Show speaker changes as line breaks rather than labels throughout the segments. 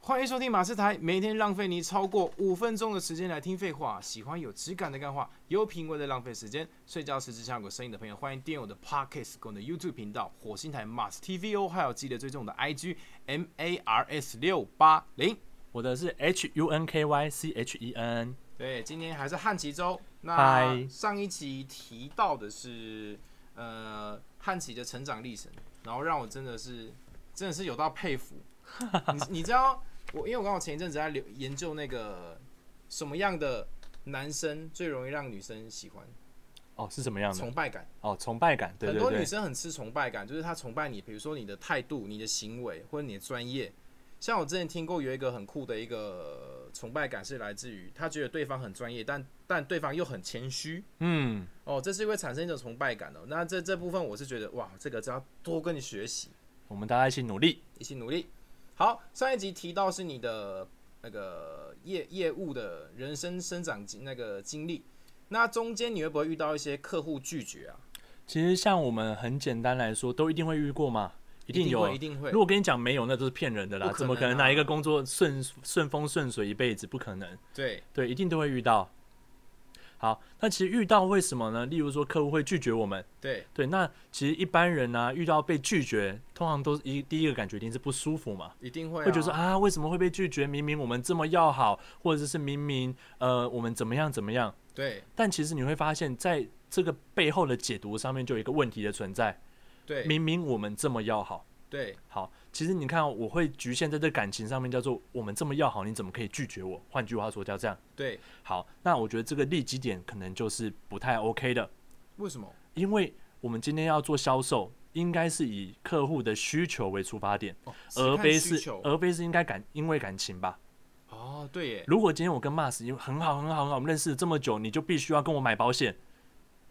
欢迎收听马斯台，每天浪费你超过五分钟的时间来听废话。喜欢有质感的干话，有品味的浪费时间。睡觉时只想有声音的朋友，欢迎订阅我的 Podcast 跟我的 YouTube 频道火星台 Mars TV 哦，还有记得追踪我的 IG M A R S 六八零。
我的是 H U N K Y C H E N，
对，今天还是汉奇周。那
嗨
上一集提到的是呃汉奇的成长历程，然后让我真的是真的是有到佩服。你你知道我，因为我刚好前一阵子在留研究那个什么样的男生最容易让女生喜欢，
哦，是什么样的？
崇拜感。
哦，崇拜感，对
很
对
多女
对，
生很吃崇拜感，就是她崇拜你，比如说你的态度、你的行为或者你的专业。像我之前听过有一个很酷的一个呃崇拜感，是来自于她觉得对方很专业，但但对方又很谦虚
嗯，
哦，这是会产生一种崇拜感的、那这这部分我是觉得哇，这个只要多跟你学习，
我们大家一起努力。
一起努力。好，上一集提到是你的那个业业务的人生生长经那个经历，那中间你会不会遇到一些客户拒绝啊？
其实像我们很简单来说，都一定会遇过嘛，一
一
定有啊
会，一。定会
如。果跟你讲没有，那都是骗人的啦，
不可
怎么可
能
能
啊
哪一个工作顺顺风顺水一辈子？不可能，
对，
对，一定都会遇到。好，那其实遇到为什么呢？例如说客户会拒绝我们，
对，
对，那其实一般人呢、遇到被拒绝，通常都是一第一个感觉一定是不舒服嘛，
一定会、啊。
会觉得说啊，为什么会被拒绝？明明我们这么要好，或者是明明呃我们怎么样怎么样，
对
但其实你会发现在这个背后的解读上面就有一个问题的存在。
对
明明我们这么要好，
对
好，其实你看哦我会局限在这感情上面，叫做我们这么要好，你怎么可以拒绝我？换句话说叫这样。
对，
好，那我觉得这个利基点可能就是不太 OK 的，
为什么？
因为我们今天要做销售，应该是以客户的需求为出发点，
哦
而
看
非
需
是呃
求
而非是应该感因为感情吧。
哦，对耶，
如果今天我跟 Mas 因为很好很好很好，我们认识了这么久，你就必须要跟我买保险，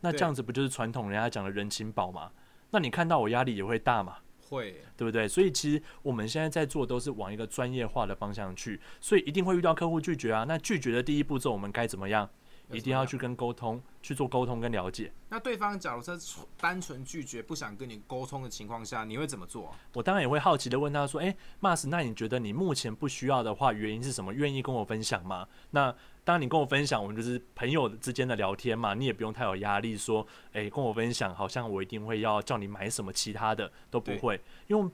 那
对
这样子不就是传统人家讲的人情保吗？那你看到我压力也会大嘛，
会耶
对不对？所以其实我们现在在做都是往一个专业化的方向去，所以一定会遇到客户拒绝啊。那拒绝的第一步骤，我们该怎么样？
怎么
一定要
样
去跟沟通，去做沟通跟了解。
那对方假如说纯单纯拒绝，不想跟你沟通的情况下，你会怎么做啊、
我当然也会好奇的问他说：“诶 m a s 那你觉得你目前不需要的话，原因是什么？愿意跟我分享吗？”那当你跟我分享，我们就是朋友之间的聊天嘛，你也不用太有压力，说：“诶，跟我分享，好像我一定会要叫你买什么，其他的都不
对
会。”因为我们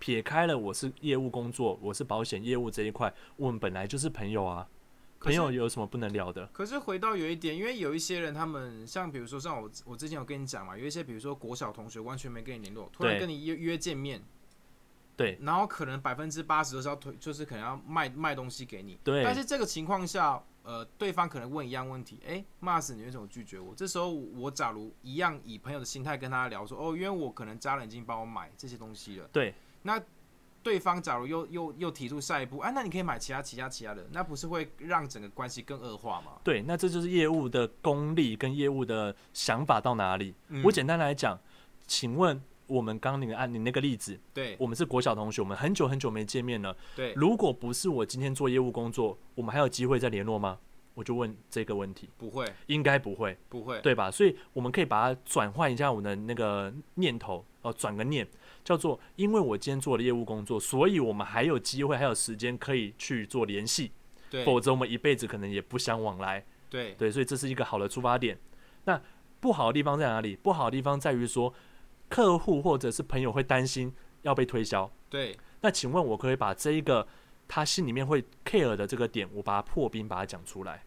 撇开了我是业务工作，我是保险业务这一块，我们本来就是朋友啊，
可
朋
是
友有什么不能聊的？
可是回到有一点，因为有一些人，他们像比如说像我，我之前有跟你讲嘛，有一些比如说国小同学完全没跟你联络，突然
对
跟你约约见面，
对
然后可能百分之八十都是要推，就是可能要卖卖东西给你，
对
但是这个情况下，呃，对方可能问一样问题，哎、m a r s 你为什么拒绝我？这时候我假如一样以朋友的心态跟他聊说，哦，因为我可能家人已经帮我买这些东西了，
对，
那。对方假如又又又提出下一步，啊，那你可以买其他其他其他的，那不是会让整个关系更恶化吗？
对，那这就是业务的功力跟业务的想法到哪里。
嗯
嗯我简单来讲，请问我们刚刚那个案，你那个例子，
对
我们是国小同学，我们很久很久没见面了。
对，
如果不是我今天做业务工作，我们还有机会再联络吗？我就问这个问题，
不会
应该不会，
不会，
对吧？所以我们可以把它转换一下我们的那个念头，哦，转个念，叫做因为我今天做了业务工作，所以我们还有机会，还有时间可以去做联系，
对
否则我们一辈子可能也不相往来。
对
对，所以这是一个好的出发点。那不好的地方在哪里？不好的地方在于说，客户或者是朋友会担心要被推销。
对
那请问，我可以把这一个他心里面会 care 的这个点，我把它破冰，把它讲出来。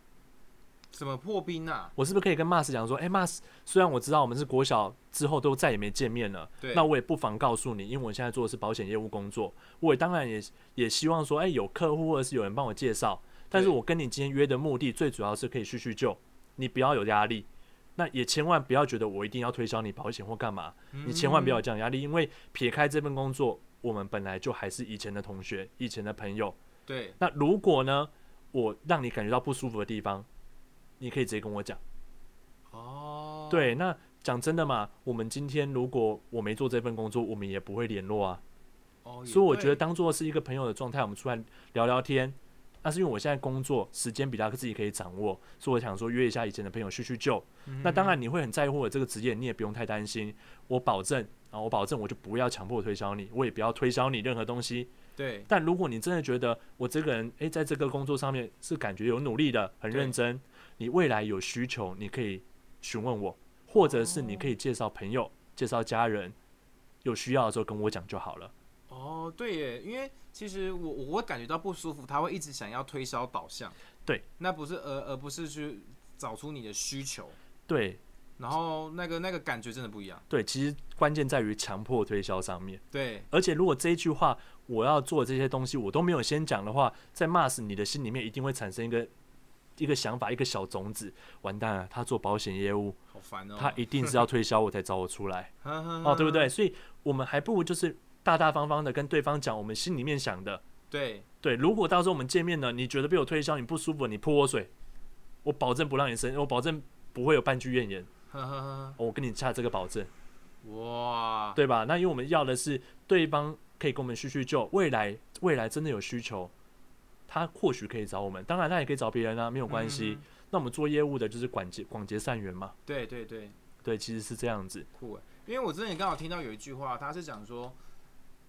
什么破冰啊？
我是不是可以跟 Mas 讲说，诶 m a s 虽然我知道我们是国小之后都再也没见面了，
对，
那我也不妨告诉你，因为我现在做的是保险业务工作，我也当然也也希望说，诶，哎有客户或者是有人帮我介绍，但是
对
我跟你今天约的目的最主要是可以叙叙旧，你不要有压力，那也千万不要觉得我一定要推销你保险或干嘛，你千万不要有
嗯
这样的压力，因为撇开这份工作，我们本来就还是以前的同学，以前的朋友。
对
那如果呢，我让你感觉到不舒服的地方，你可以直接跟我讲。
哦，
对，那讲真的嘛，我们今天如果我没做这份工作，我们也不会联络啊。
哦，也
所以我觉得
对
当做是一个朋友的状态，我们出来聊聊天。那是因为我现在工作时间比较自己可以掌握，所以我想说约一
嗯
下以前的朋友叙叙旧。那当然你会很在乎我这个职业，你也不用太担心。我保证啊、后我保证我就不要强迫推销你，我也不要推销你任何东西。
对
但如果你真的觉得我这个人，诶，在这个工作上面是感觉有努力的，很
对
认真，你未来有需求，你可以询问我，或者是你
哦
可以介绍朋友、介绍家人，有需要的时候跟我讲就好了。
哦，对耶，因为其实我我会感觉到不舒服，他会一直想要推销导向，
对，
那不是而而不是去找出你的需求，
对
然后那个那个感觉真的不一样，
对，其实关键在于强迫推销上面。
对
而且如果这一句话我要做这些东西，我都没有先讲的话，在 Mars 你的心里面一定会产生一个一个想法，一个小种子，完蛋了，他做保险业务，
好烦哦，
他一定是要推销我才找我 出来
哦
哦，对不？对？所以我们还不如就是大大方方的跟对方讲我们心里面想的。
对，
对，如果到时候我们见面呢，你觉得被我推销你不舒服，你泼我水，我保证不让你生，我保证不会有半句怨言，
呵
哦
呵呵，
我跟你下这个保证。
哇，
对吧？那因为我们要的是对方可以跟我们叙叙旧，未来未来真的有需求，他或许可以找我们，当然他也可以找别人啊，没有
嗯
关系。，那我们做业务的就是广结广结善缘嘛，
对对对，
对，其实是这样子，
酷哎，因为我之前刚好听到有一句话，他是讲说，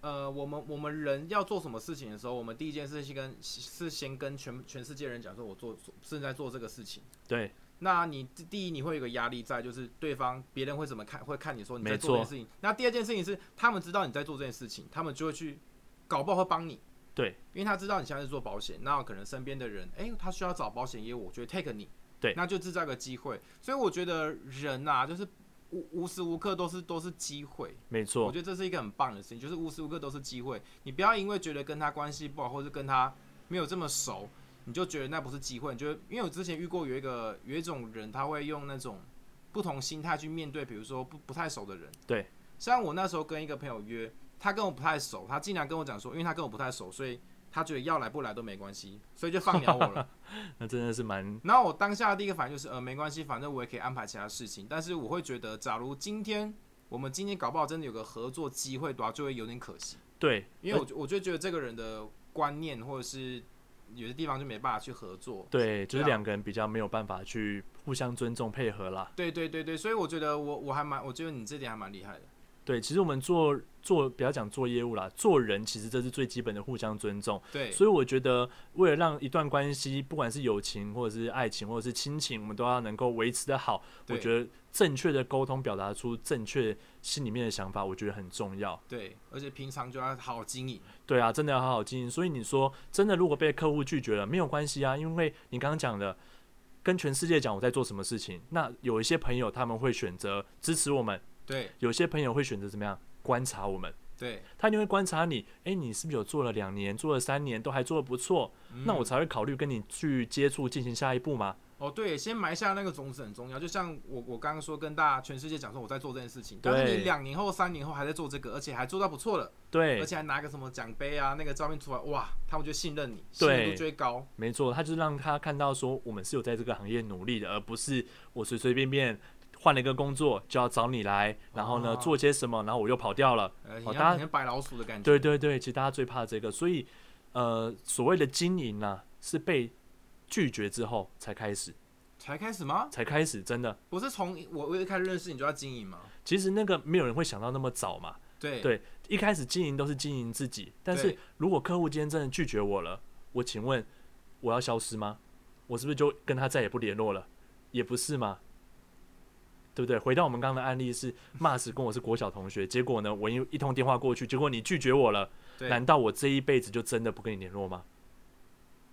呃，我们我们人要做什么事情的时候，我们第一件事情跟是先跟全全世界人讲说，我做正在做这个事情。
对
那你第第一你会有一个压力在，就是对方别人会怎么看，会看你说你在
没
做这件
错
事情。那第二件事情是，他们知道你在做这件事情，他们就会去搞不好会帮你。
对，
因为他知道你现在是做保险，那可能身边的人，哎、他需要找保险业务，我就会 take 你。
对
那就制造一个机会。所以我觉得人呐、就是无无时无刻都是都是机会。
没
我
错，
觉得这是一个很棒的事情，就是无时无刻都是机会。你不要因为觉得跟他关系不好，或者跟他没有这么熟，你就觉得那不是机会。你就会因为我之前遇过有一个有一种人，他会用那种不同心态去面对，比如说不不太熟的人。
对，
像我那时候跟一个朋友约，他跟我不太熟，他竟然跟我讲说，因为他跟我不太熟，所以他觉得要来不来都没关系，所以就放鸟我了。
那真的是蛮
然后我当下的第一个反应就是，呃，没关系，反正我也可以安排其他事情。但是我会觉得，假如今天我们今天搞不好真的有个合作机会的啊话，就会有点可惜，
对，
因为我就我就觉得这个人的观念或者是有些地方就没办法去合作。
对，就
对
是
啊
两个人比较没有办法去互相尊重配合啦。
对对对对，所以我觉得我我还蛮，我觉得你这点还蛮厉害的。
对，其实我们做做不要讲做业务啦，做人其实这是最基本的互相尊重。
对，
所以我觉得，为了让一段关系，不管是友情或者是爱情或者是亲情，我们都要能够维持的好。我
对
觉得正确的沟通，表达出正确心里面的想法，我觉得很重要。
对，而且平常就要好好经营。
对啊，真的要好好经营。所以你说，真的如果被客户拒绝了，没有关系啊，因为你刚刚讲的，跟全世界讲我在做什么事情。那有一些朋友他们会选择支持我们，
对
有些朋友会选择怎么样观察我们。
对，
他一定会观察你，诶，你是不是有做了两年，做了三年，都还做得不错，
嗯
那我才会考虑跟你去接触，进行下一步嘛。
哦，对，先埋下那个种子很重要。就像我我刚刚说，跟大家全世界讲说我在做这件事情，但是
对
你两年后、三年后还在做这个，而且还做到不错了。
对
而，且还拿个什么奖杯啊，那个照片出来，哇，他们就信任你，信
对
任度就会高。
没错，他就是让他看到说我们是有在这个行业努力的，而不是我随随便便换了一个工作就要找你来，然后呢、
哦
做些什么，然后我又跑掉了。
呃，
好
很像
大家
很像白老鼠的感觉。
对对对，其实大家最怕这个，所以呃，所谓的经营呢、是被拒绝之后才开始，
才开始吗？
才开始真的。
不是从我我一开始认识你就要经营吗？
其实那个没有人会想到那么早嘛，
对
对一开始经营都是经营自己，但是
对
如果客户今天真的拒绝我了，我请问我要消失吗？我是不是就跟他再也不联络了？也不是嘛，对不对？回到我们刚刚的案例是，Mars 跟我是国小同学，结果呢，我一一通电话过去，结果你拒绝我了，难
对。
道我这一辈子就真的不跟你联络吗？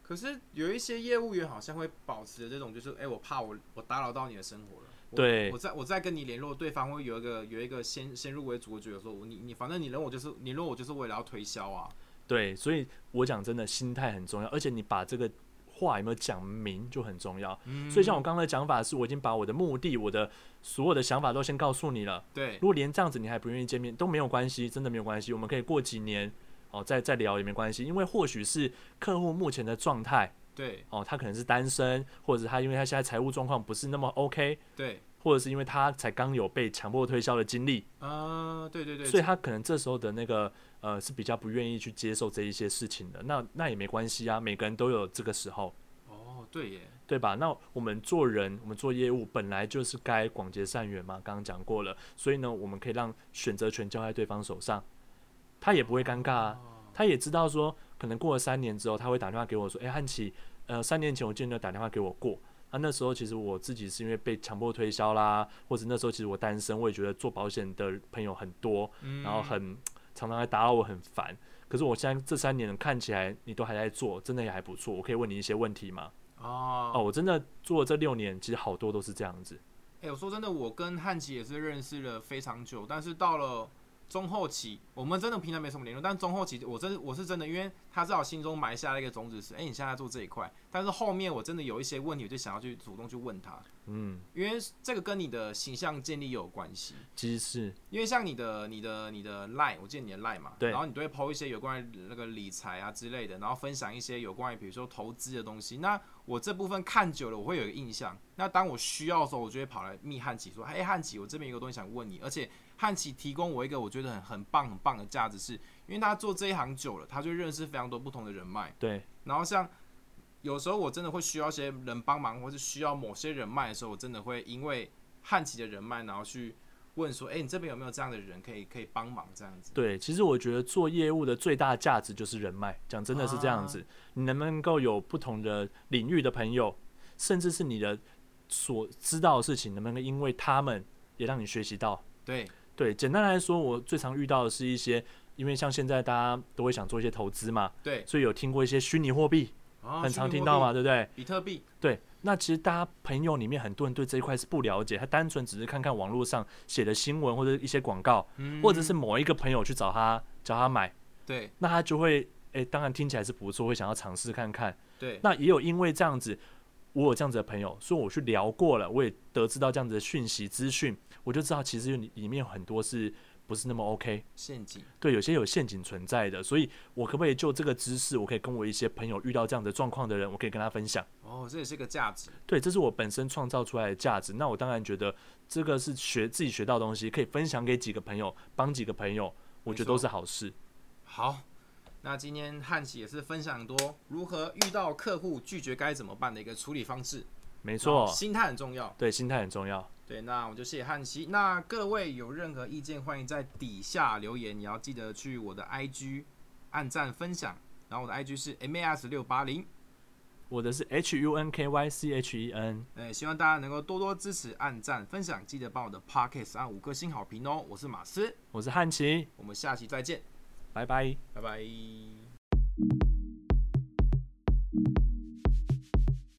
可是有一些业务员好像会保持着这种，就是哎、我怕我我打扰到你的生活了。我
对
我再我再跟你联络，对方会有一个有一个先先入为主，我觉得说我你你反正你认我就是你认我就是为了要推销啊，
对，所以我讲真的，心态很重要，而且你把这个话有没有讲明就很重要。
嗯
所以像我刚刚的讲法是，我已经把我的目的、我的所有的想法都先告诉你了。
对
如果连这样子你还不愿意见面都没有关系，真的没有关系，我们可以过几年哦再再聊也没关系，因为或许是客户目前的状态
对
哦，他可能是单身，或者他因为他现在财务状况不是那么 OK，
对，
或者是因为他才刚有被强迫推销的经历，
呃，对对对，
所以他可能这时候的那个呃是比较不愿意去接受这一些事情的，那那也没关系啊，每个人都有这个时候。
哦对耶，
对吧？那我们做人，我们做业务本来就是该广结善缘嘛，刚刚讲过了。所以呢，我们可以让选择权交在对方手上，他也不会尴尬啊。他也知道说，可能过了三年之后，他会打电话给我说：“诶，汉奇，呃，三年前我记得你有打电话给我过。”啊那那时候其实我自己是因为被强迫推销啦，或者那时候其实我单身，我也觉得做保险的朋友很多，
嗯
然后很常常来打扰我，很烦。可是我现在这三年看起来你都还在做，真的也还不错。我可以问你一些问题吗？哦，
哦，
我真的做了这六年，其实好多都是这样子。
哎、我说真的，我跟汉奇也是认识了非常久，但是到了中后期，我们真的平常没什么联络。但中后期，我真我是真的，因为他在我心中埋下了一个种子是，哎、你现在在做这一块，但是后面我真的有一些问题，我就想要去主动去问他，
嗯，
因为这个跟你的形象建立有关系。
其实是
因为像你的、你的、你的 line，我记得你的 line 嘛，
对
然后你都会 PO 一些有关于那个理财啊之类的，然后分享一些有关于比如说投资的东西。那我这部分看久了，我会有一个印象。那当我需要的时候，我就会跑来密汉奇说：“哎，汉奇，我这边有个东西想问你。”而且汉奇提供我一个我觉得很很棒、很棒的价值是，因为他做这一行久了，他就认识非常多不同的人脉。
对，
然后像有时候我真的会需要一些人帮忙，或是需要某些人脉的时候，我真的会因为汉奇的人脉，然后去问说：“哎、你这边有没有这样的人可以可以帮忙？”这样子。
对，其实我觉得做业务的最大价值就是人脉，讲真的是这样子，你能不能够有不同的领域的朋友，甚至是你的所知道的事情，能不能因为他们也让你学习到？
对
对，简单来说，我最常遇到的是一些，因为像现在大家都会想做一些投资嘛，
对，
所以有听过一些虚拟货币，
啊
很常听到嘛，？对不对？
比特币，
对，那其实大家朋友里面很多人对这一块是不了解，他单纯只是看看网络上写的新闻或者一些广告，
嗯
或者是某一个朋友去找他找他买，
对
那他就会，诶，当然听起来是不错，会想要尝试看看。
对
那也有因为这样子，我有这样子的朋友，所以我去聊过了，我也得知到这样子的讯息资讯，我就知道其实里里面有很多是不是那么 OK。
陷阱。
对，有些有陷阱存在的，所以我可不可以就这个知识，我可以跟我一些朋友遇到这样的状况的人，我可以跟他分享。
哦，这也是个价值。
对，这是我本身创造出来的价值。那我当然觉得这个是学自己学到的东西，可以分享给几个朋友，帮几个朋友，我
没
觉得
错
都是好事。
好，那今天汉奇也是分享很多如何遇到客户拒绝该怎么办的一个处理方式。
没
没
错，
心态很重要。
对，心态很重要。
对，那我就谢谢汉西。那各位有任何意见，欢迎在底下留言，也要记得去我的 IG 按赞分享。然后我的 IG 是 MAS 六八零，
我的是 H U N K Y C H E N，
呃，希望大家能够多多支持按赞分享，记得帮我的 Podcast 按五颗星好评哦。我是马斯，
我是汉奇，
我们下期再见，
拜拜。
拜拜。